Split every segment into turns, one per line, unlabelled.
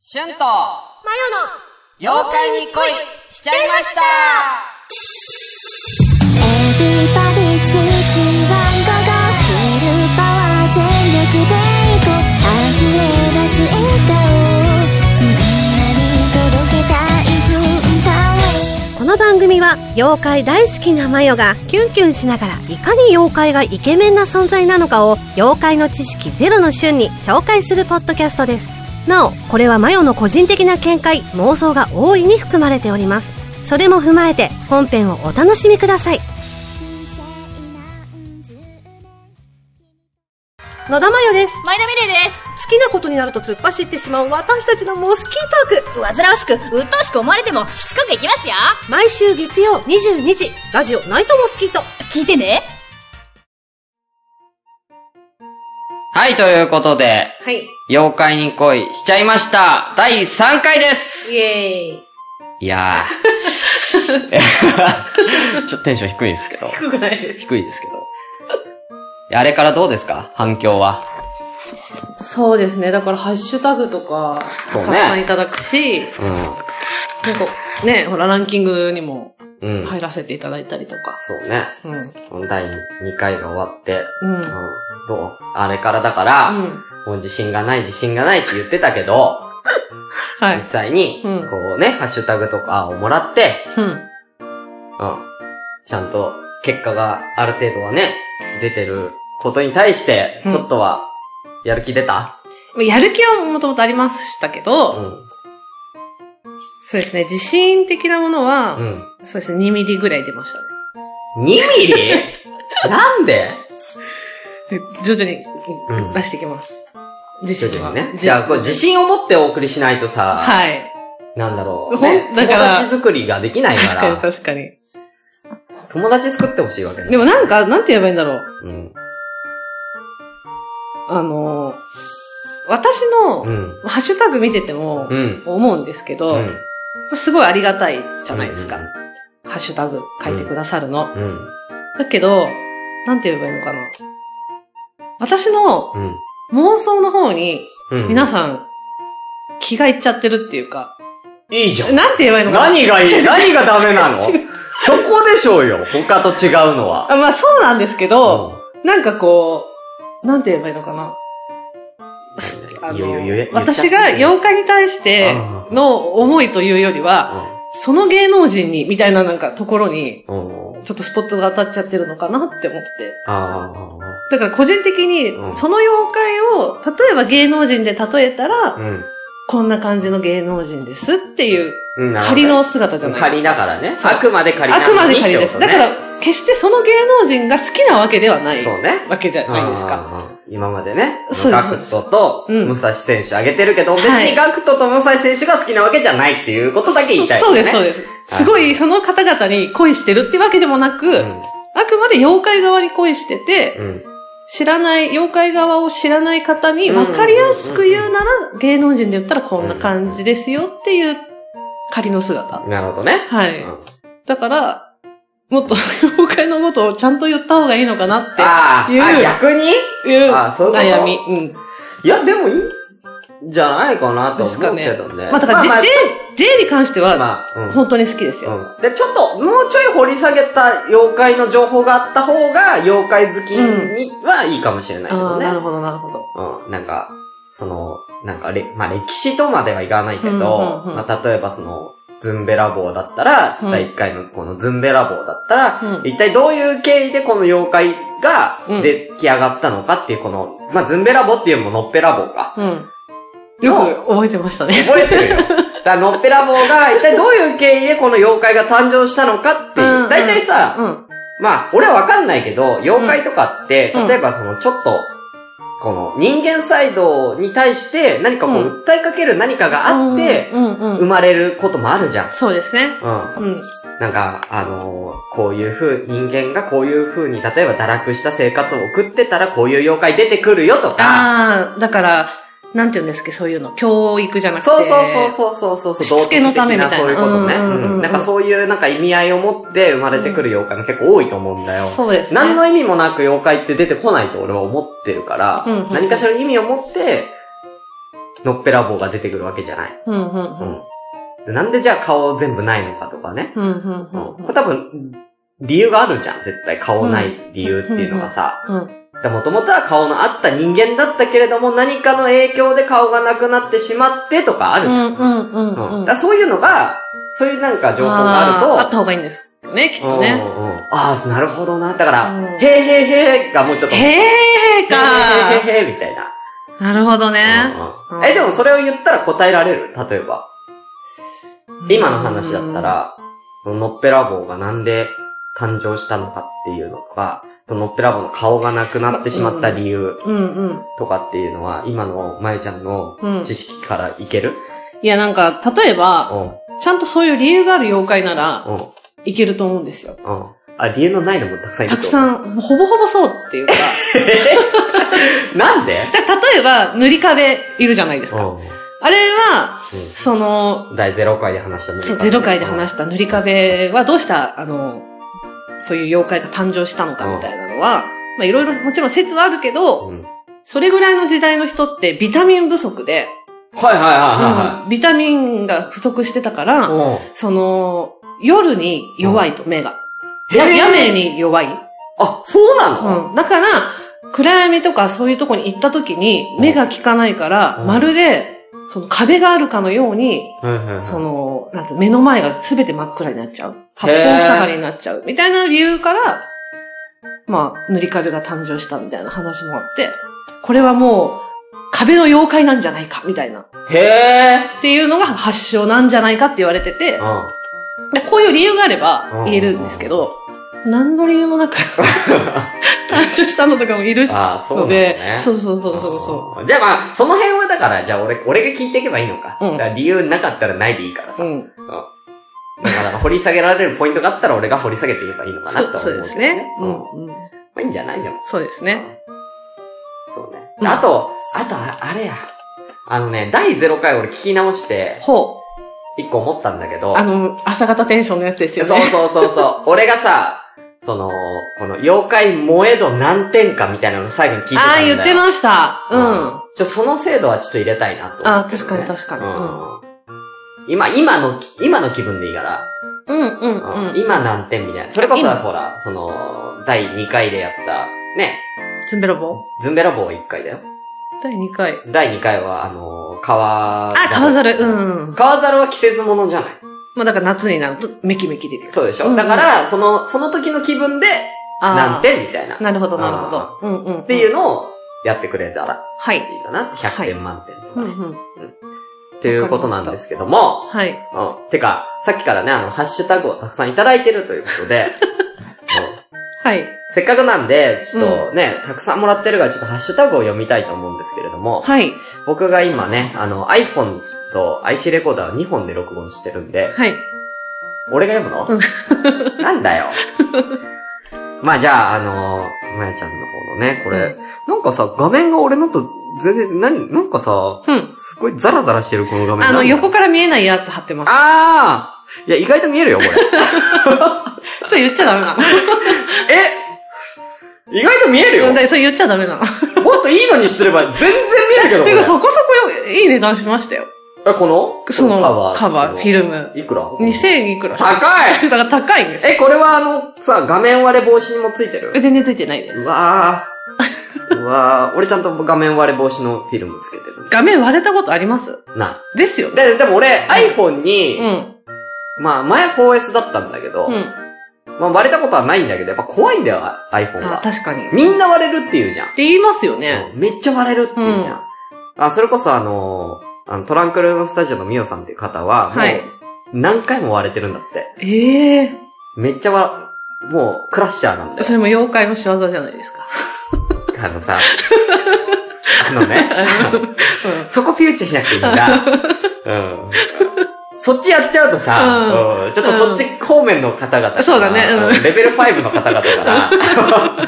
シュンと、マヨの、妖怪に恋しちゃいました
Everybody's waiting ワンゴゴフルパワー全力でいこう溢れ出す笑顔をみんなに届けたい文化を
この番組は妖怪大好きなマヨがキュンキュンしながらいかに妖怪がイケメンな存在なのかを妖怪の知識ゼロの瞬に紹介するポッドキャストですなおこれはマヨの個人的な見解妄想が大いに含まれておりますそれも踏まえて本編をお楽しみください野田マヨです
前田美玲で
好きなことになると突っ走ってしまう私たちのモスキートーク
す煩わしく鬱陶しく思われてもしつこくいきますよ
毎週月曜22時ラジオナイトモスキート
聞いてね
はい、ということで、
はい
妖怪に恋しちゃいました第3回です
エーイ
いやー。 ちょっとテンション低いですけど。
低くないです
低いですけど。いやあれからどうですか反響は。
そうですね。だから、ハッシュタグとか、
そうね
たくさんいただくし、なんか、ね、ほら、ランキングにも
うん。うん。
入らせていただいたりとか。
そうね。
うん。
この第2回が終わって、
うん。
うん。どうあれからだから、
うん。
もう自信がない自信がないって言ってたけど、
は
実
い。
際に、こ
うん
うね、ハッシュタグとかをもらって、
うん。
うん。ちゃんと結果がある程度はね、出てることに対して、
うん
ちょっとは、やる気出た
まあやる気はもともとありましたけ
う
ど、
ん。
そうですね。自信的なもの
う
は、
ん。
そうですね。2ミリぐらい出ましたね。
2ミ リなんで
で徐々に
うん
出していきます。自
徐
信
々
は
にね。じゃあ、こう自信を持ってお送りしないとさ、
はい。
なんだろう、
ほん
ね。
だ
友
から
達作りができない
確
か
かに
ら、
確かに。
友達作ってほしいわけね
でもなんか、なんて言えばいいんだろう。
うん。
あのー、私の
う、ん。
ハッシュタグ見てても
う、ん。
思うんですけど、
うん。
すごいありがたいじゃないですか。
うん
ハッシュタグ書いてくださるの。
うん。
だけど、なんて言えばいいのかな。私の
うん。
妄想の方に
うん。
皆さん気がいっちゃってるっていうか、
いいじゃん。
なんて言えばいいのかな。
何がいい何がダメなのそ
違う違
こでしょうよ。他と違うのは。
あまあそうなんですけど、なんかこう、なんて言えばいいのかな。あ
言え言え言え言っ
の
ち、ゃって
私が妖怪に対しての思いというよりは、その芸能人に、みたいななんかところに、
うん。うん。うん
ちょっとスポットが当たっちゃってるのかなって思って。
あ
だから個人的に
うん、
その妖怪を、例えば芸能人で例えた
あ。
ら、
うん。
こんな感じの芸能人ですっていう、
うんなるほど
仮の姿じゃないで
仮
すか。
だからね。
そう
あくまで仮な
あくま
のに
で仮です。
って
だ
こと
か
ね
ら、決してその芸能人が好きなわけではない
そうね。
わけじゃないですか。
うんうんうん。今までね、
そうです
ガクトと
うん
武蔵選手あげてるけど、別
は
に
い
ガクトと武蔵選手が好きなわけじゃないっていうことだけ言いたい。
そうそうです、そう
で
です。すごい、その方々に恋してるってわけでもなく、あくまで妖怪側に恋してて、
うん。うん。
知らない、妖怪側を知らない方に分かりやすく言うなら、芸能人で言ったらこんな感じですよっていう仮の姿。
なるほどね。
は
う
い
ん。
だから、もっと 妖怪のことをちゃんと言った方がいいのかなっ
あーあ、
いう
逆に
ていう
あそういうこと
悩み。うん。
いや、でもいいんじゃないかなと思うけどね。
まあだから、ジェ
まあ
J、J に関して
まあ
は、
まあうん
本当に好きですよ。
うんで、ちょっと、もうちょい掘り下げた妖怪の情報があった方が、妖怪好きにはいいかもしれないけ
あ
ど
あ、
ね。
なるほど、なるほど。
うん、なんか、その、なんかれ、まあ、歴史とまではいかないけど、
うんうんう
ま
ん
あ、例えばその、ズンベラ棒だったら、
うん
第1回のこのズンベラ棒だったら、
うん
一体どういう経緯でこの妖怪が
うん
出来上がったのかっていう、この、まあ、ズンベラ棒っていうのものっぺら棒か。
うん。よく覚えてましたね。
覚えて るよ。だから、のっぺらぼうが、一体どういう経緯でこの妖怪が誕生したのかっていう。
うんうん
大体さ、
うん。
まあ、俺はわかんないけど、妖怪とかって、
うん
例えばその、ちょっと、この、人間サイドに対して、何かこ
う
う、訴えかける何かがあって、
うんうんう
生
ん。
まれることもあるじゃん。
そうですね。
うん。
うん。
なんか、あのーこういう風、人間がこういう風に、例えば堕落した生活を送ってたら、こういう妖怪出てくるよとか、
ああ、だから、なんて言うんですっけど、そういうの。教育じゃなくて。
そうそうそうそうそうそう。
しつけのためみたいな
そういうことね。
うんうんうんうん
うんなんかそういうなんか意味合いを持って生まれてくる妖怪も結構多いと思うんだよ。
そうですね。
何の意味もなく妖怪って出てこないと俺は思ってるから、
うんうん
何かしらの意味を持って、のっぺらぼうが出てくるわけじゃない。
うん、う、
うんん。でなんでじゃあ顔全部ないのかとかね。
うん。うん、うん、
うん。
う
これ多分、理由があるじゃん、絶対。顔ない理由っていうのがさ。
ん。うん。
もともとは顔のあった人間だったけれども、何かの影響で顔がなくなってしまってとかある
う
じゃん。
ん、うん、うん。
うん。
うん
だからそういうのが、そういうなんか情報があると、
ーあった方がいいんです。ね、きっと
うん
ね。
うんうんああ、なるほどな。だから、
うん
へーへーへーがもうちょっと、
へえ
へー
か
へーへーみたいな。
なるほどね。
うんう
うんん
え、でもそれを言ったら答えられる例えば。今の話だったら、そののっぺらぼうがなんで誕生したのかっていうのとか、そののっぺらぼうの顔がなくなってしまった理由
うん、うん、
とかっていうのは、今のまゆちゃんの
うん。
知識からいける
いや、なんか、例えば、
うん、うん、
ちゃんとそういう理由がある妖怪なら、
うん。
いけると思うんですよ。
あ、理由のないのもたくさんいる
たくさ
ん。
ん、ほぼほぼそうっていうか。
なんで
だから例えば、塗り壁いるじゃないです
う
か。
ん。
あれは、
う
その、
ん。第0回で話した
そう、ゼロ回で
し
話した塗り壁はどうした、あの、そういう妖怪が誕生したのかみたいなのは、まあいろいろもちろん説はあるけど、
うん。はい
それぐらいの時代の人ってビタミン不足で、
はいはいは
うんビタミンが不足してたか
い
ら、
はい。
その、夜に弱いと目が。
うん
や
へー
やめに弱い。
あ、そうなの
うん。だから、暗闇とかそういうとこに行った時に目が効かないから、
うん
まるで、その壁があるかのように、
はいはいはい
その、なんて目の前が全て真っ暗になっちゃう。八方塞がりになっちゃう。みたいな理由から、まあ、塗り壁が誕生したみたいな話もあって、これはもう、壁の妖怪なんじゃないか、みたいな。っ
へぇ
ていうのが発祥なんじゃないかって言われてて、
う
でこういう理由があれ
うん
ば言えるんですけど、何の理由もなく、誕生したのとかもいるし、
あーそうな
の
んだね。
で、そうそうそうそうそう
じゃあまあ、その辺はだから、じゃあ俺、俺が聞いていけばいいのか。
うん
だから理由なかったらないでいいから
う。
さ。
うん。
だから掘り下げられるポイントがあったら俺が掘り下げていけばいいのかなと思う、
そうですね。う
うん。
ん
ま。
うん
あいいんじゃないでも。
そうですね。
そうね。
うん
あと、あとあ、あれや。あのね、第0回俺聞き直して、
ほう。
一個思ったんだけど。
あの、朝方テンションのやつですよ
そう
ね。
そうそうそう。 俺がさ、その、この、妖怪萌え度何点かみたいなの最後に聞いてたんだよ
あ。あ、言ってました。うん。あ
ちょ、その制度はちょっと入れたいなと思って、
あ、確かに確かに。うん
うん。今、今の、今の気分でいいから、
うんう
うん
んうん。
今何点みたいな。それこそ、
今
ほら、その、第2回でやった、ね、
つんべらぼう
ズンベラボー1回だよ。
第2回。あ、
第2回は、あの、川、
川猿。うん。
川猿は季節物じゃない。
まあだから夏になるとメキメキ出てくる。
そうでしょ、
うんうん
だから、その、その時の気分で、
あー
何点みたいな。っ
なるほど、なるほど。うんうん。
ていう
う。
のを、やってくれたら
はい。
いいかな。100点満点とか
う
ね、
んうん。
っていうことなんですけども、
はい。
うん。てか、さっきからね、あの、ハッシュタグをたくさんいただいてるということ で、うん
はい。
せっかくなんで、ちょっとね、たくさんもらってるから、ちょっとハッシュタグを読みたいと思うんですけれども、
はい。
僕が今ね、あの、iPhone と IC レコーダーを2本で録音してるんで、
はい。
俺が読むの、なんだよ。 まあじゃあ、あのまやちゃんの方のね、これ、なんかさ、画面が俺のと全然、なに、なんかさ、
うん
すごいザラザラしてるこの画面。
あの、横
か。
から見えないやつ貼ってます。
あーいや、意外と見える よ、これ。
ちょっと言っちゃダメなの。
え意外と見えるよ
うんだ からそれ言っちゃダメなの。
もっといいのにしてれば全然見え るけ
て
ど
か、そこそこいい値段しましたよ。
これ。え、この
そ
こ
の
カバー。
カバー、フィルム。
いくら
2000いくら
高い
だから高いんです。
え、これはあの、さ、画面割れ防止にもついてる
全然ついてないです
う。わー。うわー。俺ちゃんと画面割れ防止のフィルムつけてる。
画面割れたことあります
な。
ですよね。
で、でも俺 iPhone に、
うん。
まあ前 4S だったんだけど、
うん。
まあ割れたことはないんだけど、やっぱ怖いんだよ、iPhone
あ、
が。
確かに。って
みんな割れるって言うじゃん。
言いますよね。
うんめっちゃ割れるって言うじゃん。あ、それこそあのーあの、トランクルームスタジオのミオさんっていう方は、もう
はい
何回も割れてるんだって。
ええ
めっちゃわ、もう、クラッシャーなんだ
そ
よ。
れも妖怪の仕業じゃないですか。
あのさ、あのね、あの
う
そこフューチャーしなくていいんだ。うん。そっちやっちゃうとさ、うんちょっとそっち方面の方々から、
そうだねうん
んレベル5の方々から、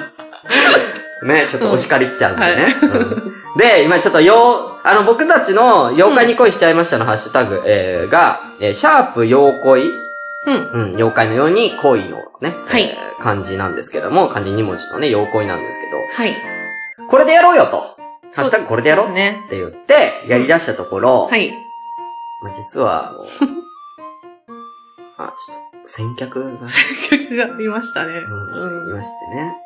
ね、ちょっとお叱り来ちゃうんだよね。うんで、今ちょっとよう、あの、僕たちの、妖怪に恋しちゃいましたのハッシュタグ、えーが、えーシャープ妖恋、
ん。うん。
うん、妖怪のように恋のね、
はい
えー漢字なんですけども、漢字2文字のね、妖恋なんですけど、
はい。
これでやろうよと。ハッシュタグこれでやろうっ
ね。
て言って、やり出したところ、
はい。
まあ、実は、あのあ、ちょっと、先客が、
曲がありましたね。
うん、いましてね。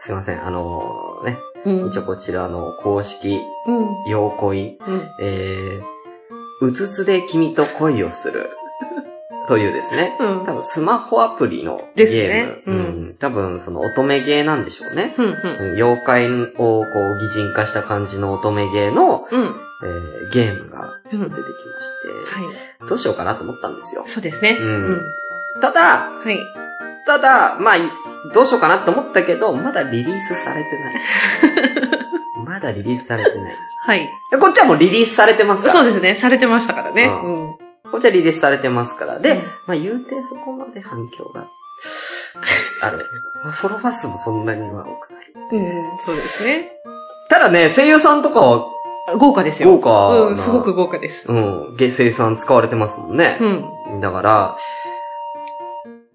すいません、あのね、
うん。
一応こちらの公式、
うん。
よう恋、
うん。
えー、うつつで君と恋をする、というですね。
う
多
ん。
分スマホアプリのゲ
です
ーム。
ね
うん、多分その乙女ゲーなんでしょうね。
うん。
うん妖怪をこう擬人化した感じの乙女ゲーの、
うん。
えーゲームが
うん。
出てきまして、
はい。
どうしようかなと思ったんですよ。
そうですね。
うん
うん。
ただ、
はい。
ただ、まあ、いどうしようかなと思ったけど、まだリリースされてない。 まだリリースされてない。
はい。
こっちはもうリリースされてますから。
そうですね。されてましたからね。
うん
うん。
こっちはリリースされてますから。で、
うん
まあ言うてそこまで反響がある。フォロワー数もそんなには多くない。
うん、そうですね。
ただね、声優さんとかは、
豪華ですよ。
豪華な
うん、すごく豪華です。
うん、げ声優さん使われてますもんね
う。ん。
だから、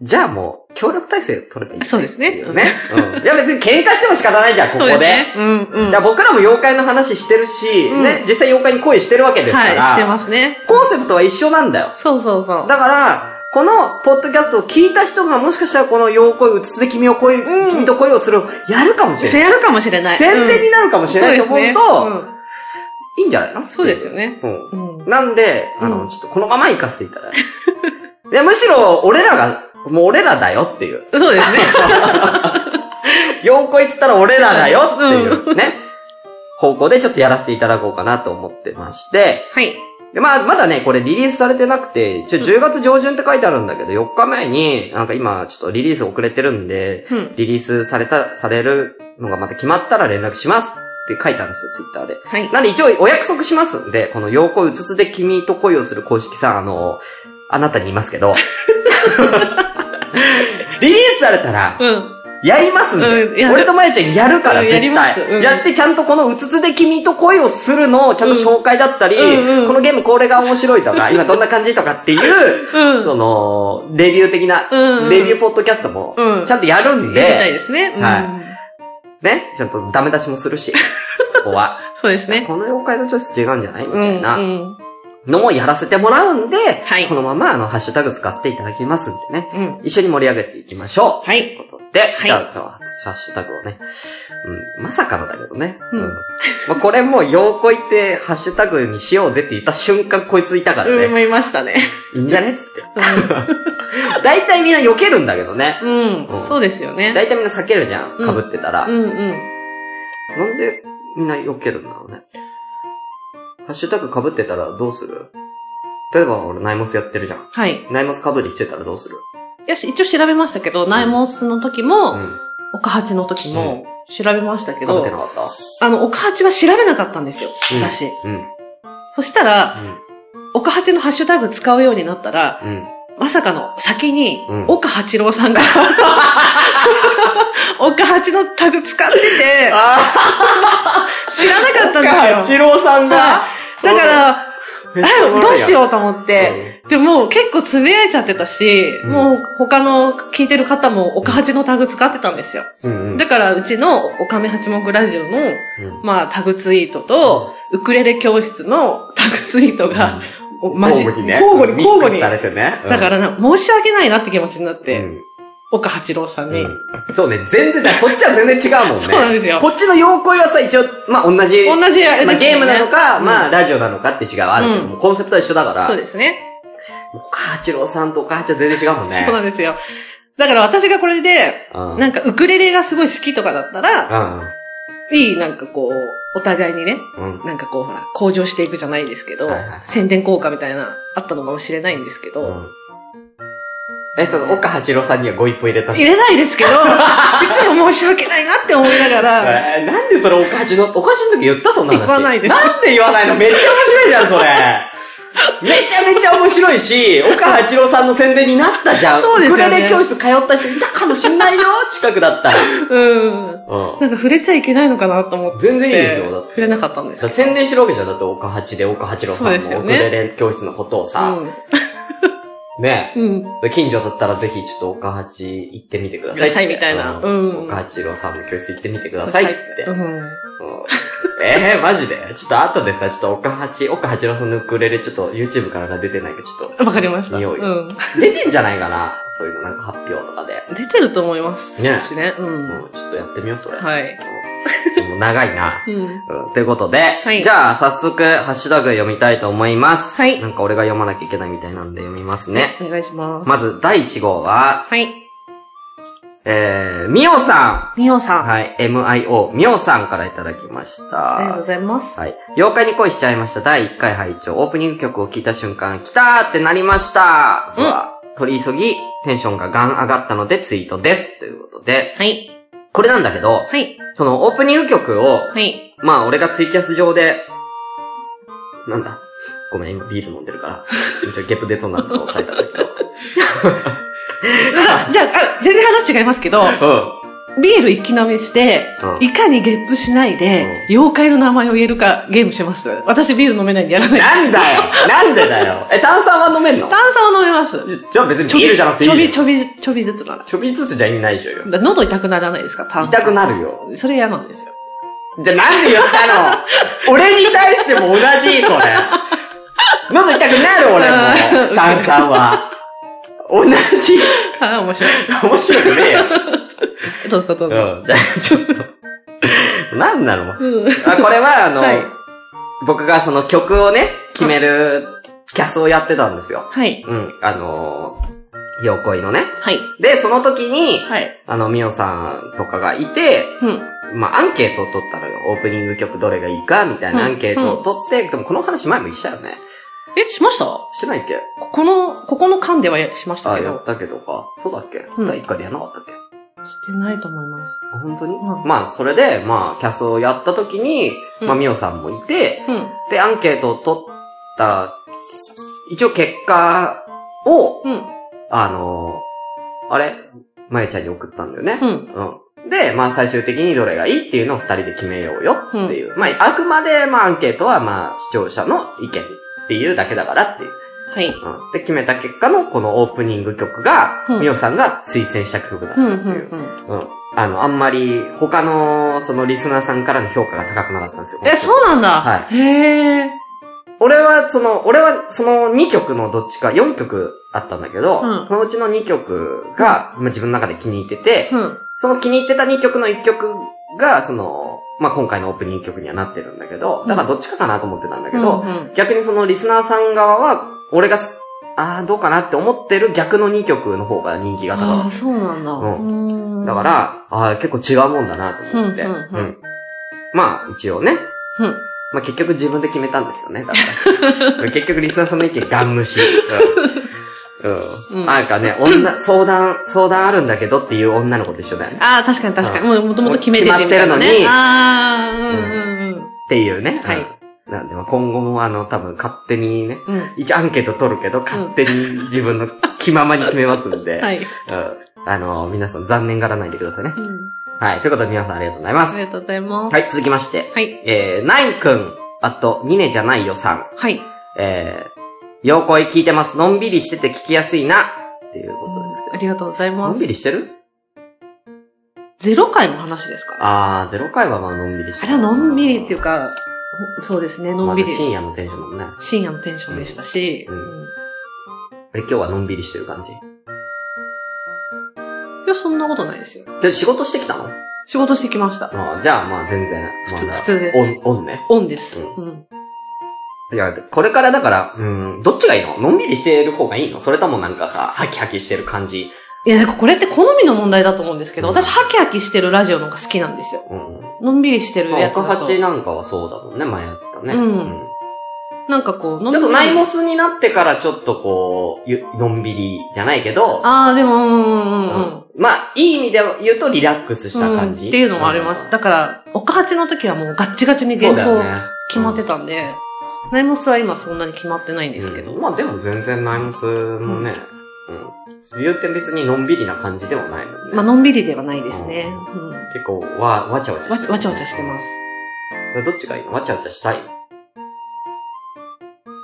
じゃあもう、協力体制取ればいい、
そうですね
っていうね。うん。いや別に喧嘩しても仕方ないじゃん、ここ
そう
で。
すね。うん、うん。
だから僕らも妖怪の話してるし、
うん
ね、実際妖怪に恋してるわけですから。
はい、してますね。
コンセプトは一緒なんだよ。
そうそうそう。
だから、このポッドキャストを聞いた人がもしかしたらこの妖怪、うつつで君を恋、
うん
君と恋をするをやるかもしれ
せ
ない。
やるかもしれない。
宣伝になるかもしれないと思うと、
うんそうですね
いいんじゃないの
うんそうですよ。ね。
うん。
うん。
なんで、あの、
うん
ちょっとこのまま行かせてい ただいて。いや、むしろ、俺らが、もう俺らだよっていう。
そうですね。
4個言ってたら俺らだよっていうね。方向でちょっとやらせていただこうかなと思ってまして。
はい。
でまあ、まだね、これリリースされてなくて、ちょ、
うん
10月上旬って書いてあるんだけど、4日前に、なんか今、ちょっとリリース遅れてるんで、
うん。
リリースされた、されるのがまた決まったら連絡しますって書いてあるんですよ、ツイッターで。
はい。
なんで一応お約束しますんで、この陽光うつつで君と恋をする公式さん、あの、あなたに言いますけ ど、リリースされたら、
うん。
やりますんで、
うんやる
俺とまゆちゃんやるから、
うん
絶対。
やりますうん
やってちゃんとこのうつつで君と恋をするのをちゃんと紹介だったり、
うんうんうん
このゲームこれが面白いと か、今どんな感じとかっていう、
うん。
その、レビュー的な、
うんうん
レビューポッドキャストも、
うん
ちゃんとやるん
やりたい
で、
ですね。うん
はね、ちゃんとダメ出しもするし、ここは。
そうですね。
この妖怪のチョイス違うんじゃないみ
う
た
ん。
いな
うん。
のもやらせてもらうんで、
はい
このままあの、ハッシュタグ使っていただきますんでね。
うん。
一緒に盛り上げていきましょう。
はい
ということで、
い
じゃあ今日はハッシュタグをね。うん、まさかのだけどね。
うん
まあ、これもう、ようこいって、ハッシュタグにしようぜって言った瞬間こいついたから
うん、
ね。
思いましたね。
いいんじゃねっつって。大体みんな避けるんだけどね。
うん。そうですよね。
大体みんな避けるじゃん。
うん
被ってたら。
うんう
な
ん。
んでみんな避けるんだろうね。ハッシュタグ被ってたらどうする例えば俺ナイモスやってるじゃん。
はい。
ナイモス被りしてたらどうする
いや、し一応調べましたけど、ナイモスの時も、
うん。
岡八の時も、調べましたけ
被
ど、
ってなかっ
あの、岡八は調べなかったんですよ、
うん
私。
たうん。
そしたら、岡八のハッシュタグ使うようになったら、
うん。うん。
まさかの先に
うん、
岡八 郎さんが、岡八のタグ使ってて、
あ
知らなかったんですよ。
郎さん
はいだから、あどうし
うっ
ようと思って、でも結構つぶやいちゃってたし、
うん
もう他の聞いてる方も岡八のタグ使ってたんですよ。
うんうん。うん
だから、うちのおかめ八目ラジオの、まあ、タグツイートと、ウクレレ教室のタグツイートが、おマジ、
交互にね。
交互に、交互
ミックス
に。
されてね。うん
だからな、申し訳ないなって気持ちになっ
う
て、
ん
岡八郎さんに。
うんそうね、全然、だからそっちは全然違うもんね。
そうなんですよ
こっちの妖怪はさ、一応、まあ、同じ。
同じあれ
まあ、
ですよね
ゲームなのか、
うん
まあ、ラジオなのかって違う。あるけど、
うん
もうコンセプトは一緒だから。
そうですね。
もう。お母ちろうさんとお母ちゃん全然違うもんね。
そうなんですよ。だから私がこれで、
うん
なんかウクレレがすごい好きとかだったら、いい、なんかこう、お互いにね、
うん。うん。
なんかこう、ほら、向上していくじゃないですけど
はいはいはい、
宣伝効果みたいな、あったのかもしれないんですけ
う
ど、
ん。え、その、岡八郎さんにはご一歩入れたの
入れないです けど、いつも申し訳ないなって思いながら、
えーなんでそれおかじの、おかじの時言ったそんな話。
言わないです
なんで言わないのめっちゃ面白いじゃん、 それ。めちゃめちゃ面白いし、岡八郎さんの宣伝になったじゃん。
そうですよね
ウクレレ教室通った人いたかもしんないよ、近くだったら。
うん。
う
なんか触れちゃいけないのかなと思って。
全然いいですよだって
触れなかったんです
ん。宣伝してるわけじゃん。だって岡八で岡八郎さ
そうんです
の
よ
ウク
ね
レレ教室のことをさ、ね
うん。うん。
近所だったらぜひちょっと岡八行ってみてくださいって。
くださいみたいな
うん
うん
岡八郎さんの教室行ってみてくだ
ダ
さいっつっ
う
て。
ん。
うんえー、マジでちょっと後でさ、ちょっと岡八、岡八郎さんのウクレレ、ちょっと YouTube からが出てないか、ちょっ
わかりました。
匂い
うん。
と。出てんじゃないかなそういうの、なんか発表とかで。
出てると思います。
ね
しね。うん。
うん、ちょっとやってみよう、それ。
はい。
ちょっともう長いな。
うん。
うんということで、
い
じゃあ早速、ハッシュタグ読みたいと思います。
はい
なんか俺が読まなきゃいけないみたいなんで読みますね。
お願いします。
まず、第1号は、
はい。
えー、みおさ
みおさ
ん。
ん。
はい、MIO、みおさんからいただきまし
ありがとう
た。
ございます。
はい。妖怪に恋しちゃいました。第1回拝聴オープニング曲を聴いた瞬間、来たーってなりました
うん
うわ取り急ぎ、テンションがガン上がったのでツイートです。ということで、
はい。
これなんだけど、
はい。
そのオープニング曲を、
はい。
まあ、俺がツイキャス上で、なんだごめん、今ビール飲んでるから。ちょっとゲップ出そうになったの抑えたんだけ
あじゃあ、あ全然話違いますけど、
ど。うん。
ビール一気飲みして、
うん
いかにゲップしないで、妖怪の名前を言えるかゲームします。私ビール飲めないんでやらない。
なんだよなんでだよえ、炭酸は飲めんの
炭酸を飲めます。
じゃあ別にビールじゃなくていい
ちょび
じゃ
ちょび、ちょびずつなら。
んちょびずつじゃ意味ないでしょうよ。
だ喉痛くならないですか炭酸。
痛くなるよ。
それ嫌なんですよ。
じゃあなんで言 ったの俺に対しても同じ、それ。喉痛くなる俺
う
も。
ん
炭酸は。同じ。
ああ、面白い。
面白くねえよ。
どうぞどうぞ。
うん。じゃあちょっと。なんなの
うん。
あ、これは、あの、
はい
僕がその曲をね、決めるキャスをやってたんですよ。
はい。
うん。あのー、ようこいのね。
はい。
で、その時に、
はい。
あの、みおさんとかがいて、
うん。
まあ、アンケートを取ったのよ。オープニング曲どれがいいか、みたいなアンケートを取って、でもこの話前もしたよね。
え、しました
してないっけ
ここの、ここの間ではやしました
あ、
け
や
ど
っ。たけどか。そうだっけ、
うん
第1回でやんなかったっけ
してないと思います。
あ本当に、
ん
まあ、それで、まあ、キャスをやった時に、まあ、
うん
みおさんもいて、
うん。
で、アンケートを取った、一応結果を、
うん。
あのーあれまゆちゃんに送ったんだよね
う。ん。
うん。で、まあ最終的にどれがいいっていうのを二人で決めようよっていう。まああくまで、まあアンケートはまあ視聴者の意見っていうだけだからっていう。
はい。
うん。で、決めた結果のこのオープニング曲が、
うん
みおさんが推薦した曲だった
う
っ
ん、
て
う
い
ん、
う。
うん。
うん。あの、あんまり他のそのリスナーさんからの評価が高くなかったんですよ。
え、そうなんだ。。
はい
へえ。
俺は、その、俺は、その2曲のどっちか、4曲あったんだけど、
うん
そのうちの2曲が、まあ、自分の中で気に入ってて、
うん。
その気に入ってた2曲の1曲が、その、まあ、今回のオープニング曲にはなってるんだけど、だからどっちかかなと思ってたんだけど、
うんうん
逆にそのリスナーさん側は、俺がす、ああ、どうかなって思ってる逆の2曲の方が人気が高かった
ああ、そうなんだ。
う
うん
だか、ら、ああ、結構違うもんだなと思って。
うんうんうん
まあ、一応ね。
うん
まあ結局自分で決めたんですよね。だから 結局リスナーさんの意見ガン無視。 うん。うん。
うん
なんかね、女、相談、相談あるんだけどっていう女の子と一緒だよね。
ああ、確かに確かに。もうもともと決めててみたいな
決まってるの
ね。
に
ああ、うんうんうん。
っていうね。
はい
うんなんで、まあ今後もあの、多分勝手にね、
うん。
一応アンケート取るけど、勝手に自分の気ままに決めますんで。
はい。
うん。あの、皆さん残念がらないでくださいね。
うん
はい。ということで皆さんありがとうございま
あ
す。
りがとうございます。
はい、続きまして。
はい。
えー、ナインくん、あと、ニネじゃないよさん、
はい。
えー、ようこい聞いてます。のんびりしてて聞きやすいな、っていうことですけ
ありがとうござい
ど。の
ま
ん
す。
びりしてる
ゼロ回の話ですか
あー、ゼロ回はまあのんびりして
あ
る
れはのんびりっていうか、ほそうですね、のんびり
ま。だ深夜のテンションだもんね。
深夜のテンションでしたし、
う
うんん
え、今日はのんびりしてる感じ。
いや、そんなことないですよ。
で、仕事してきたの
仕事してきました。
あーじゃあまあ全然。
普通
まだ
普通です
オン、オンね。
オンです。
う
うん。
いや、これからだから、うん、どっちがいいののんびりしてる方がいいのそれともなんかさ、ハキハキしてる感じ。
いや、なんかこれって好みの問題だと思うんですけど、
うん
私、ハキハキしてるラジオの方が好きなんですよ。
うん。
のんびりしてる
まあ、
やつ
奥
だと。
八なんかはそうだもんね、前やったね。
うんなんかこう、のんび
ちょ
り
っとナイモスになってからちょっとこう、ゆのんびりじゃないけど、
ああ、でも、うんうんうんうん。
まあ、いい意味で言うとリラックスした感じ。
うんっていうのもあります。だから、岡八の時はもうガッチガチに
うんそ
原
うだよ
稿
ね。
決まって
た
たんで、ナイモスは今そんなに決まってないんですけど。
まあでも全然ナイモスもね、うん。言うて別にのんびりな感じではないもんね。
まあ、のんびりではないですね。うん
結構わ、わちゃわちゃしてる、
わわちゃわちゃしてます。
す。どっちがいいのわちゃわちゃしたい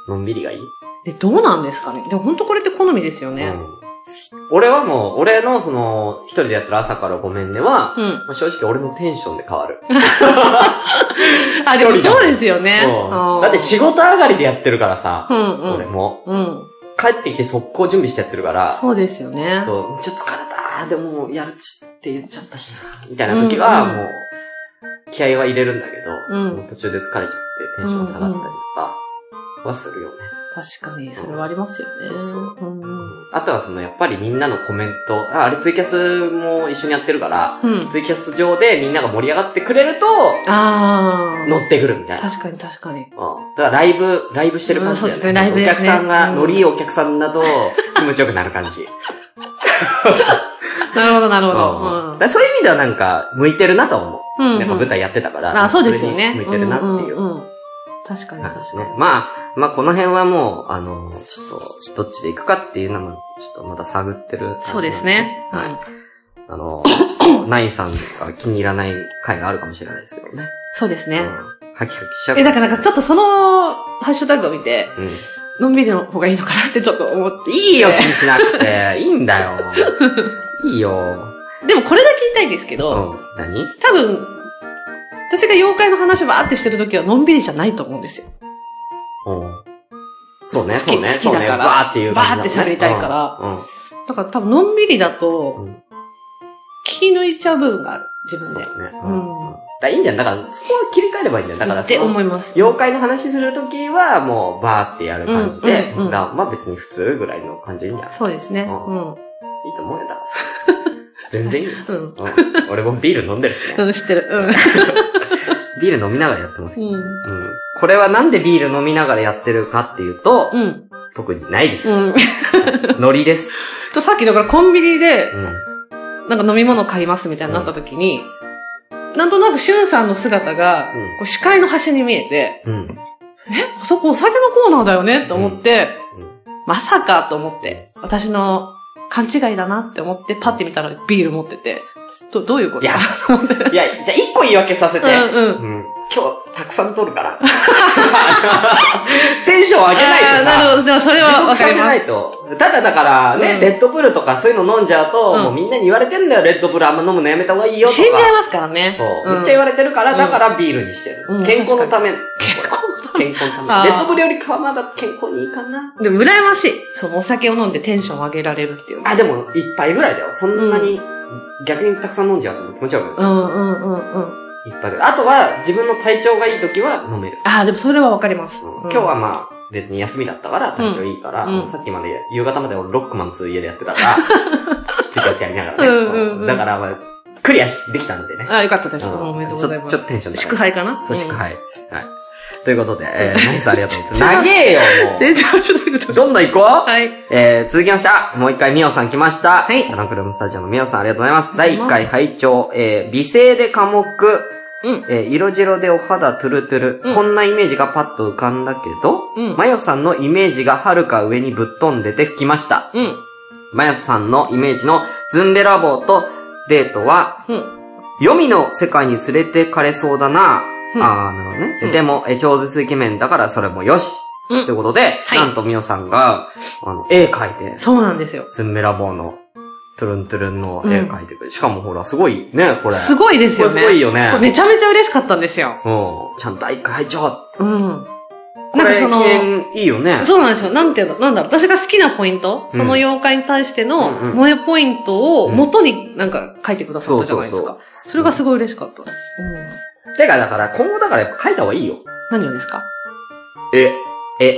のんびりがいい
で、どうなんですかねでも本当これって好みですよね。
うん俺はもう、俺のその、一人でやってる朝からごめんねは、
うん。
まあ正直俺のテンションで変わる。
あ、でもそうですよね。
うんだって仕事上がりでやってるからさ、
うんう
俺
ん。
も。
うん。
帰ってきて速攻準備してやってるから、
そうですよね。
そう、ちょっと疲れたでももうやるしって言っちゃったしな、みたいな時は、
うんうん
もう、気合は入れるんだけど、
うん
もう途中で疲れちゃってテンション下がったりとかはするよね。
確かに、それはありますよね。
そうそう
うんうん。
あとはその、やっぱりみんなのコメント、ああれツイキャスも一緒にやってるから、
うん。
ツイキャス上でみんなが盛り上がってくれると、
あ
乗ってくるみたい
あ。
な。
確かに確かに。
うん。だからライブ、ライブしてる感じだよね。
うんそうですねライブですね
お客さんが、
うん
乗りいいお客さんだと気持ちよくなる 感じ。
なるほど、なる
う
ほ
ん
ど
だか。らそういう意味ではなんか、向いてるなとは思う。
うん。うん。
なんか舞台やってたから。
あ、そうですよね。
普通に向いてるなっていう。
んんん確かに
なんで
確
す
か
ね
に。。
まあ、まあこの辺はもう、あの、ちょっと、どっちで行くかっていうのも、ちょっとまだ探ってる。
そうですね。
はい
うん。
あ の、ちょっとナインさんが気に入らない回があるかもしれないですけどね。
そうです
うん
ね。
ハキハキしちゃう。
え、だからなんかち
ょ
ょっとその、ハッシュタグを見て、
っと、うん。
のんびりの方がいいのかなってちょっと思って。
いいよ、気にしなくて。いいんだよ。 いいよ。
でもこれだけ言いたいんですけ
う
ど、
ん。何
多分、私が妖怪の話ばーってしてるときはのんびりじゃないと思うんですよ。
うん。そうね、
好き
そうね。
好きだから
そうねバーっていう感じだもんね。
バーって喋りたいから
うん。うん。
だから多分のんびりだ
う
と
ん、
気抜いちゃう部分がある、自分
そう
で。
ね。
う
うんん。だからいいんじゃん。だから、そこを切り替えればいいんだよ。だから、
って
その
思います。
妖怪の話するときは、もう、バーってやる感じで、
うんうんうん
だまあ別に普通ぐらいの感じでいいんじゃん。いい
そうですね。う。
うんと思うよ、だから。全然いいよ。
うん。
うん。俺もビール飲んでるしね。
うん、知ってる。
ビール飲みながらやってます
う
よ。
ん。
うん。これはなんでビール飲みながらやってるかっていうと、
うん。
特にないです。
うん。
ノリです。
と、さっきだからコンビニで、
う
なんか飲み物買いますみたいになった時に、なんとなくしゅんさんの姿
うん、
がこう視界の端に見えて、
ん。うん。
あそこお酒のコーナーだよねって思って、
うんうん
まさかと思って、私の勘違いだなって思って、パッて見たらビール持ってて、ど、どういうこと
いや
と思って
いや、じゃあ一個言い訳させて。
うんうん。
うん。今日、たくさん取るから。 テンション上げない
あ
で
ーな
さ。
るほど。でもそれ
持
は
続
わか
さ
り
せ
ま
な
す。
いと。ただだからね、
うん
レッドブルとかそういうの飲んじゃうと、
うん
もうみんなに言われてんだよ、レッドブルあんま飲むのやめた方がいいよとか。
死んじゃいますからね。
そう、
うん
めっちゃ言われてるから、
うん
だからビールにしてる。
うん
健康のため。
健康のため
健康の
あ
た
ー
め。レッドブルよりかはまだ健康にいいかな。
でも羨ましい。そのお酒を飲んでテンション上げられるっていう。
あ、でも、一杯ぐらいだよ。そんなに、逆にたくさん飲んじゃうと気持ち悪く
う
なる。
んうんうんうん。
一杯ぐらい。あとは、自分の体調がいい時は飲める。
ああ、でもそれはわかります。
今日はまあ、別に休みだったから、体調いいから、
うん
もうさっきまで、夕方まで俺ロックマン2家でやってた から、ツイキャスやりながらね。
うんうんうん
だから、まあ、クリアしできたんでね。
あ、よかったです。
うん
おめでとうございま
ちょち
す
ょっ。とテンションで。
祝杯かな
そう、
ん
祝杯。はい。ということで、え ー、ナイスありがとうございます。長えよ、も
全然ちょっと待って
う。どんどん行こう
はい。
えー、続きまして、あもう一回ミオさん来ました。
はい
ランクルームスタジオのミオさんありがとうございます。
あ
第
り
1
がとうござ
回拝聴、えー、美声で寡黙、
うん。
えー、色白でお肌トゥルトゥル、
うん
こんなイメージがパッと浮かんだけど、
うん
マヨさんのイメージがはるか上にぶっ飛んでてきました。
うん。
マヨさんのイメージのズンベラボーとデートは、
うん。
読みの世界に連れてかれそうだな。
うん
あー、なるほどね。
うん
でも、えー超絶イケメンだからそれもよし。
うん
ということで、
はい
なんとミオさんが、あの、絵描いて、
そうなんですよ。
ズンベラボーのトゥルントゥルンの絵描いてくれ、しかもほら、すごいね、これ。
すごいですよね。
これすごいよね
これめちゃめちゃ嬉しかったんですよ。
うん。ちゃんと絵描いちゃう。
うん。なん
これ
かその、
記念いいよね。
そうなんですよ。なんていうの、なんだろう、私が好きなポイント、
うん
その妖怪に対しての
うんうん
萌えポイントを元になんか書いてくださったじゃないです
そう
か。それがすごい嬉しかった。うん。
てか、だから、今後だからやっぱ書いた方がいいよ。
何をで すか
え、え。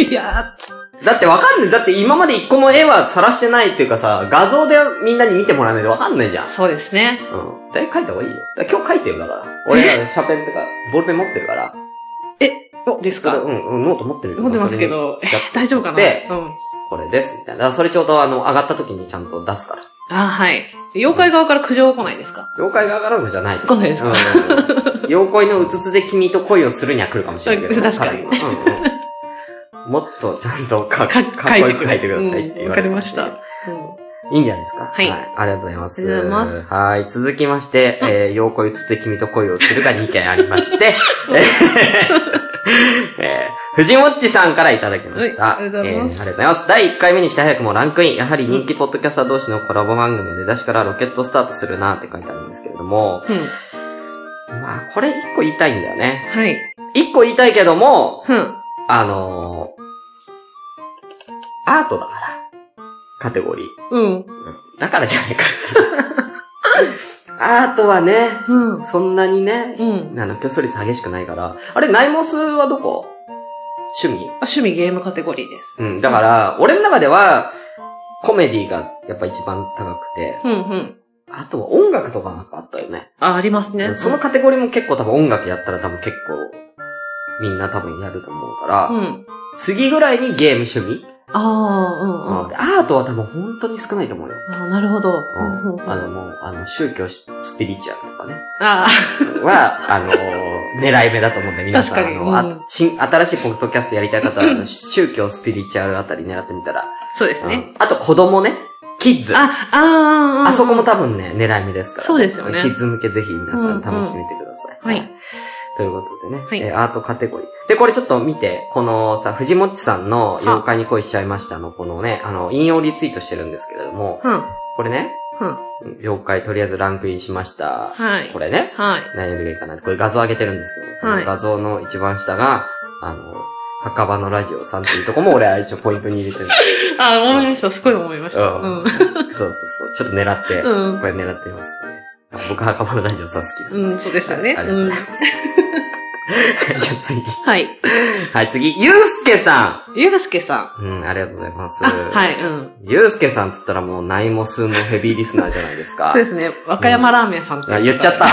いや
だってわかんない。だって今まで一個も絵は晒してないっていうかさ、画像でみんなに見てもらわないとわかんないじゃん
ー。そうですね。
うん。だい書いた方がいいよ。だから今日書いてよ、だから。俺、シャペンとか、 ボールペン持ってるから。
お、です
それ
か
うん、うん、ノート持ってるよ
思ってますけ。ど、
それにやっ
大丈夫かな
で、
うん。
これです、みたいな。だからそれちょうどあの、上がった時にちゃんと出すから。
あ、はい。妖怪側から苦情は来ないですか
妖怪が上がるのじゃない。
来ないですか
うんうん妖怪のうつつで君と恋をするには来るかもしれないけど。
確か
彼
に
はうんうんもっとちゃんとか
か
かっこよく
書
書
い
いてくださいって
てくれ
言われる
うんわかりました
いいんじゃないですか
はい
ありがとうございます。
ありがとうございます
はい。続きまして、えー、妖怪うつつで君と恋をするが2件ありまして、えーえー藤もっちさんからいただきました。
はいありがとうございます
えーありがとうございます。第1回目にして早くもランクイン。やはり人気ポッドキャスター同士のコラボ番組で出だしからロケットスタートするなって書いてあるんですけれども、
うん。
まあ、これ1個言いたいんだよね。
はい。
1個言いたいけども、
うん。
あのー、アートだから。カテゴリー。
うん。
だからじゃないか。アートはね、
うん。
そんなにね、
うん。
あの、競争率激しくないから。あれ、ナイモスはどこ趣味
あ趣味ゲームカテゴリーです。
うん。だから、俺の中では、コメディがやっぱ一番高くて、
うんうん。
あとは音楽とかなんかあったよね。
あ、ありますね。
そのカテゴリーも結構多分音楽やったら多分結構、みんな多分やると思うから、
うん。
次ぐらいにゲーム趣味、
あ
うんでアートは多分本当に少ないと思うよ。
あ、うんうん。あなるほど。
うん
うんうん
あのもう、あの、宗教しスピリチュアルとかね。
あ
は、あのー狙い目だと思うんで、皆さん。
確かに
あのあ
うん
新新しいポッドキャストやりたい方は、あの宗教、スピリチュアルあたり狙ってみたら。
あ、そうです
う
ね。
んあと子供ね。キッズ。あ
あ、ああ、あ
そこも多分ね、狙い目ですから、
そうですよね
キッズ向けぜひ皆さん
うんうん
試してみてください。
はい
ということでね、
はい
えーアートカテゴリー。で、これちょっと見て、このさ、藤もっちさんの妖怪に恋しちゃいましたの、このね、あの、引用リツイートしてるんですけれども、
うん。
これね、
うん。
妖怪とりあえずランクインしました。
はい
こ。れね、
はい。
何よりがいいかな。これ画像上げてるんですけど、
はい
この画像の一番下が、あの、墓場のラジオさんっていうとこも俺は一応ポイントに入れてる。
あ、思いました。すごい思いました。
うん
うん。
そうそうそう。ちょっと狙って、
うん
これ狙ってますね。あ僕墓場のラジオさん好きなんで。
うん、そうですよね。
ありがとう
うん
ござい。ます。じゃあ次。
はい。
はい、次、ゆうすけさ
ゆうすけさん。
ん。うん、ありがとうございます。
あ、はい、うん。
ゆうすけさんっつったらもうナイモスのヘビーリスナーじゃないですか
そう。ですね。和歌山ラーメンさん
あ言っちゃった。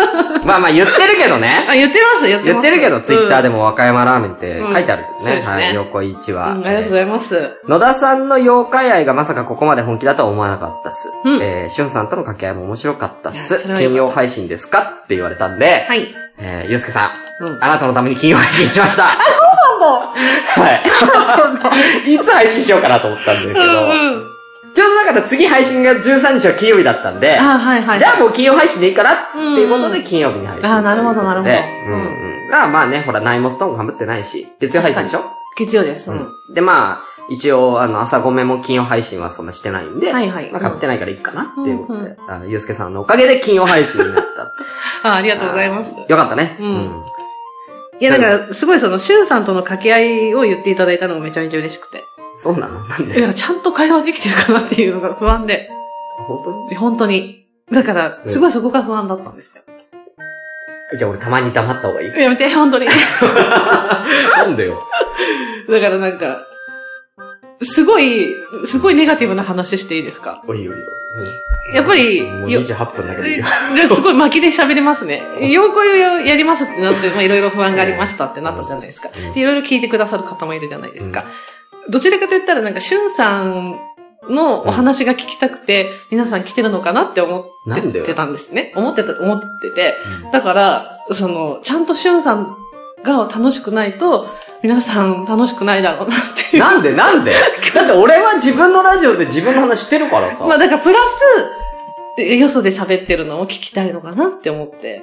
まあまあ言ってるけどね。
あ、言ってます、言って
言
ま
っ
す。
てるけど、ツイッターで
も。
も和歌山ラーメンって書いてあるけどね。
うんそうですね
はい、横一
うん
話、
ありがとうございます。
野田さんの妖怪愛がまさかここまで本気だとは思わなかったっす。
うん
えー、しゅんさんとの掛け合いも面白かったっ
いや
す。
それはよ
金
か
曜
った
配信ですかって言われたんで、
はい。
えー、ゆうすけさん、
うん。
あなたのために金曜配信しました。はい。い つ配信しようかなと思ったんですけど、
うんうん。
ちょうどだから次配信が13日は金曜日だったんで、
あ、はいはい。
じゃあもう金曜配信でいいからっていうこと
うんう
で
ん
金曜日に配信。
あーなるほどなるほど
うんうん。まあまあね、ほら、ナイモストーン被ってないし、月曜配信でしょ
月曜です。う
うん
ん。。
でまあ、一応、あの、朝ごめも金曜配信はそんなしてないんで、
はいはい。
まあ被ってないからいいかなっていうことで、
うん
あのゆうすけさんのおかげで金曜配信になった。あ
あ、ありがとうございます。
よかったね。
うんいや、なんか、すごいその、シュンさんとの掛け合いを言っていただいたのがめちゃめちゃ嬉しくて。
そうなのなん
い
で
や、ちゃんと会話できてるかなっていうのが不安で。
本当に
本当に。だから、すごいそこが不安だったんですよ。
じゃあ俺たまに黙った方がいい
やめて、本当に。
なんでよ。
だからなんか、すごい、すごいネガティブな話していいですか
おいおいおい。うん
やっぱり
もう
よ
28分だけどいい よ。
ですごい巻きで喋りますね。妖怪をやりますってなって、まあいろいろ不安がありましたってなったじゃないですか。
うん
でいろいろ聞いてくださる方もいるじゃないですか。どちらかと言ったらなんか、しゅんさんのお話が聞きたくて、皆さん来てるのかなって思
な
っ
んでよ
てたんですね。思ってた、思ってて。だから、その、ちゃんとしゅんさんが楽しくないと、皆さん楽しくないだろうなっていう。
なんでなんでだって俺は自分のラジオで自分の話してるからさ。
まあだからプラス、よそで喋ってるのを聞きたいのかなって思って。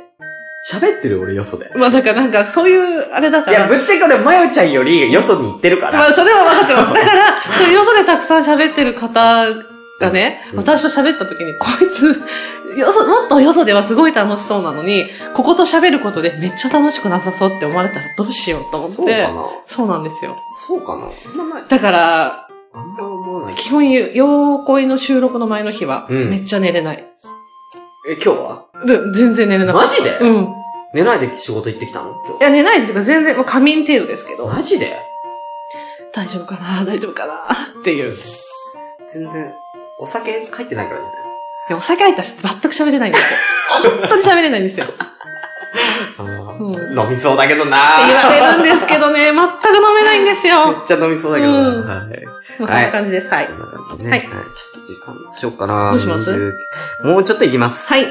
喋ってる俺よそで。
まあだからなんかそういう、あれだ
い
から。
や、ぶっちゃけ俺、まよちゃんよりよそに行ってるか
ま
ら。
あそれは分かってます。だから、そういうよそでたくさん喋ってる方がね、
うん
私と喋った時に、こいつ、よそ、もっとよそではすごい楽しそうなのに、ここと喋ることでめっちゃ楽しくなさそうって思われたらどうしようと思って。
そうかな
そうなんですよ。
そうかなまあま
だから、
ああんま思わないけど
基本、よう恋の収録の前の日は、
うん
めっちゃ寝れない。
え、今日は
で全然寝れなかっ
マジで
た。うん。
寝ないで仕事行ってきたの今
いや、寝ないっていうか全然、もう仮眠程度ですけど
日。、マジで
大丈夫かな大丈夫かなっていう。い
全然、お酒入ってないからね。
や、お酒入ったし、全く喋れないんで すよ。本当に喋れないんですよ。って
あー
うん
飲みそうだけどな
言
ー
われるんですけど ね、全く飲めないんです
め
よ。
っちゃ飲みそうだけどな
うん
はい。
まあ、そんな感じです。はい。
こんな感じねは
は
いい。ちょっと時間どうしようかな
どうします
20もうちょっと行きます。
はい。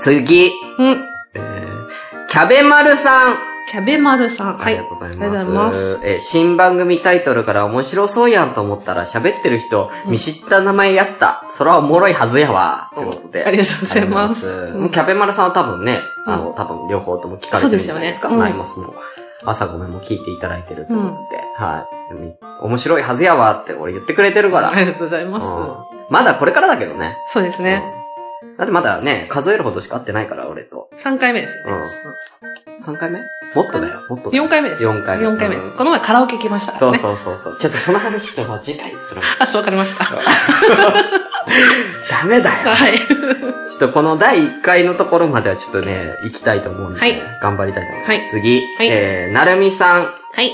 次、
うん。
えー、キャベマルさん。
キャベマルさん。
あ
は
り
い
が。とうござい
あり
ま
が
す。
とうございます
えー新番組タイトルから面白そうやんと思ったら喋ってる人、見知った名前やった。それはおもろいはずやわ。ということで。
ありがとうございま
ありがとうござい
す。
もうキャベマルさんは多分ね、
うん
あの、多分両方とも聞かれてるんじゃないですか。
そうですよ
ナ
ねうん
イモスも。朝ごめんも聞いていただいてると思って、はい。でも面白いはずやわって俺言ってくれてるから。
ありがとうございます。
うんまだこれからだけどね。
そうですね。
うん。だってまだね、数えるほどしか会ってないから、俺と。
3回目ですよね。
3回目もっとだよ、もっとだよ。
4回目ですよ。
四回目
四回目で
う
す。
ん
この前カラオケ行きましたか
そ
ら
う
ね。
そうそうそう。ちょっとその話ちょっと次回にするわ。
あ、そう、わかりました。
ダメだよ。
はい。
ちょっとこの第1回のところまではちょっとね、行きたいと思うんで、
はい
頑張りたいと思います。
はい
次、
はい
えー、なるみさん。
はい。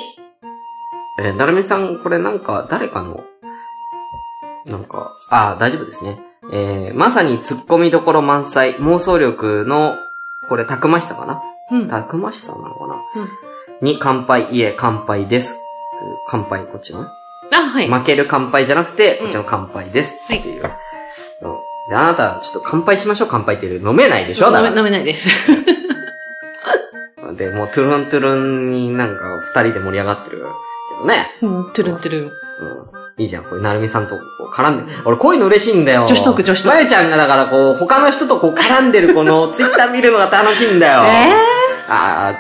えー、なるみさん、これなんか、誰かの、なんか、あー、大丈夫ですね。えー、まさに突っ込みどころ満載、妄想力の、これ、たくましさかな
うん。
たくましさなのかな、に、乾杯、いえ、乾杯です。乾杯、こっちのね。
あ、はい。
負ける乾杯じゃなくて、
うん
こっちの乾杯です。っていう。うんで、あなた、ちょっと乾杯しましょう、乾杯って飲めないでしょだから
飲め飲めないです。
で、もうトゥルントゥルンになんか二人で盛り上がってるけどね。
うん、トゥルントゥル
う
ン。
ん。いいじゃん、こういうなるみさんとこう絡んで。俺こういうの嬉しいんだよ。
女子トーク女子トーク
まゆちゃんがだからこう、他の人とこう絡んでるこ のツイッター見るのが楽しいんだよ。ああ、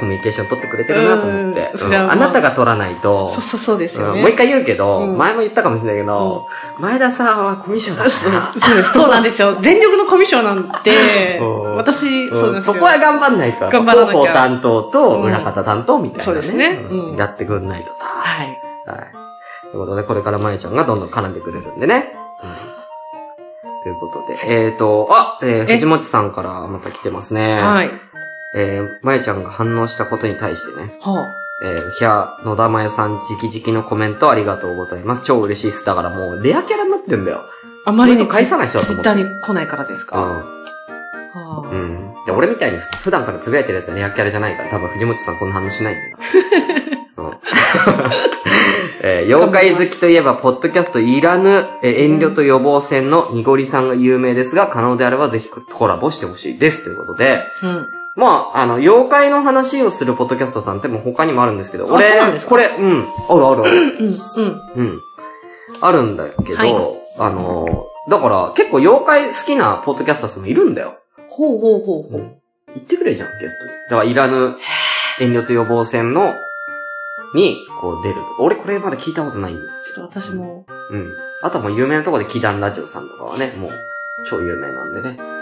コミュニケーション取ってくれてるなと思って
う。んそれは
うん
まあ
あなたが取らないと。
そうそうそうですよ
うん
ね。
もう一回言うけど、
うん
前も言ったかもしれないけど、前田さんはコミッションだ
そう
から
そうです。そうなんですよ。全力のコミュ障なんで
うん、
私、そうなんですよ。
こは頑張んないと。
頑張らなきゃ
広報担当と
うん
裏方担当みたいな、ね
そうですねうん
やってくんないとさ。
はい。
はい。ということで、これからまゆちゃんがどんどん絡んでくれるんでね。うんということで、えーと、あ、えー、
え
藤本さんからまた来てますね。。
はいい。
えー、まゆちゃんが反応したことに対してね、
は
えー、ひゃ、野田まゆさん直々のコメントありがとうございます。超嬉しいっす。だからもう、レアキャラになってんだよ。
あ。あまり
も
に
っと返さない人だと思
ツイ
って
ッターに来ないからです
う
か。
ん。
は
う
あ
ん。で俺みたいに普普段からつぶやいてるやつはレアキャラじゃないから、多分藤本さんこんな反応しないんだ な。うん、 えー妖怪好きといえば、ポッドキャストいらぬ、えー遠慮と予防線のにごりさんが有名ですが、可能であればぜひコラボしてほしいです。ということで、
うん。
まあ、あの、妖怪の話をするポッドキャストさんってもう他にもあるんですけど、俺、
そうなんですか
これ、うん、あるあるある。
うん。うん。
うん。あるんだけど、
はい
あのーだから結構妖怪好きなポッドキャスターさんもいるんだよ。
ほうほうほうほう。
言ってくれじゃん、ゲストに。だから、いらぬ遠慮と予防線の、に、こう出ると。俺これまだ聞いたことないんです。
ちょっと私も、
うん。あとはもう有名なとこで、祈願ラジオさんとかはね、もう、超有名なんでね。うん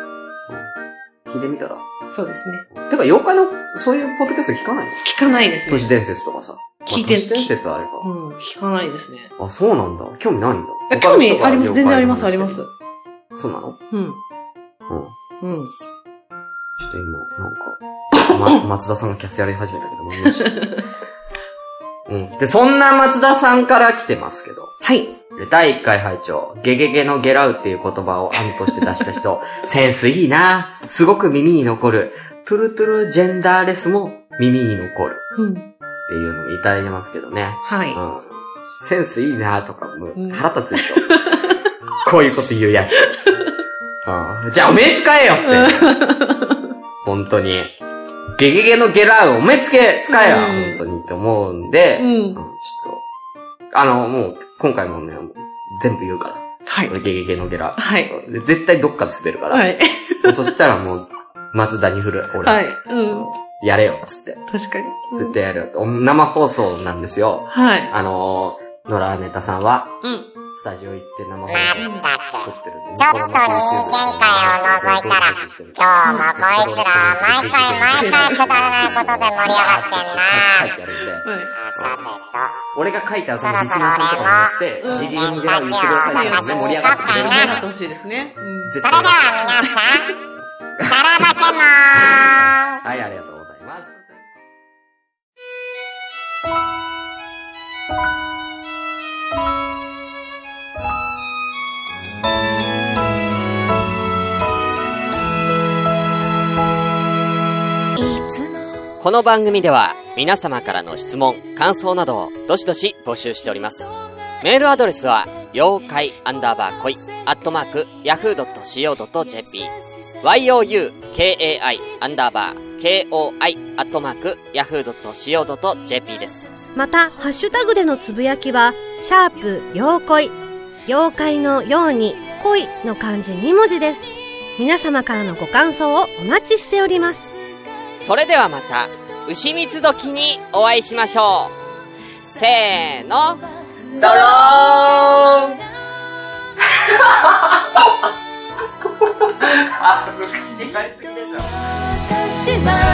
聞いてみたら。
そうですね。
てか、妖怪の、そういうポッドキャスト聞かないの
聞かないです
都
ね。
市伝説とかさ。
聞いて
まあ都市伝説あれか。
うん、聞かないですね。
あ、そうなんだ。興味ないん
え
だ。
興味あります。
他の人が
全然ありま
妖怪の話し
す、
て
あります。。
そうなの
うん。
うん。
う
ち
ん。
ょっと今、なんか、ま、松田さんがキャスやり始めたけど、もう無視うん。で、そんな松田さんから来てますけど、
はい。
で第1回拝聴ゲゲゲのゲラウっていう言葉を案として出した人、センスいいなすごく耳に残る。トゥルトゥルジェンダーレスも耳に残る。
うん。
っていうのをいただいてますけどね。
は
う
い。
ん。センスいいなとか、も
う
うん腹立つでしょ。こういうこと言うやつ。うんじゃあおめえ使えよって。本当に。ゲゲゲのゲラウおめえつけ、使えよ、
う
本
ん
当にって思うんで、
う
うん
ん
ちょっ。と、あの、もう、今回もね、もう全部言うから。
はい。
俺ゲゲゲのゲラ
はい。
ウ。で絶対どっかで滑るから。
はい。
そしたらもう、松田に振る、俺。
はい。うん。
やれよ、つって。
確かに。う
絶
ん
対やれよって。お生放送なんですよ。
はい。
あのー、野良ネタさんは、
うん。
スタジオ行って生放送
なんだって
撮ってるんで。
ちょっと人間界を覗いたら今日もこいつらは毎回毎回くだらないことで盛り上がってんな。
書いてあるんで。
は
さ
い。
俺が書いたその
そろそろ
筆記のところに持って、リリングラウン言ってくださいよね、盛り上がってくれる
頑張っ
か
て
ら。
ほしいですね。うん。
絶
て、そ
対
れでは皆さん、さらばけまーす。
はい、ありがとうございます。
この番組では皆様からの質問、感想などをどしどし募集しております。メールアドレスは、妖怪アンダーバー恋、アットマーク、yahoo.co.jp、youkai アンダーバー、koi、アットマーク、yahoo.co.jp です。
また、ハッシュタグでのつぶやきは、シャープ妖怪。妖怪のように、恋の漢字2文字です。皆様からのご感想をお待ちしております。
それではまた、
牛蜜時にお会いしましょう。せーの。
ドローン恥ずかしい。
私は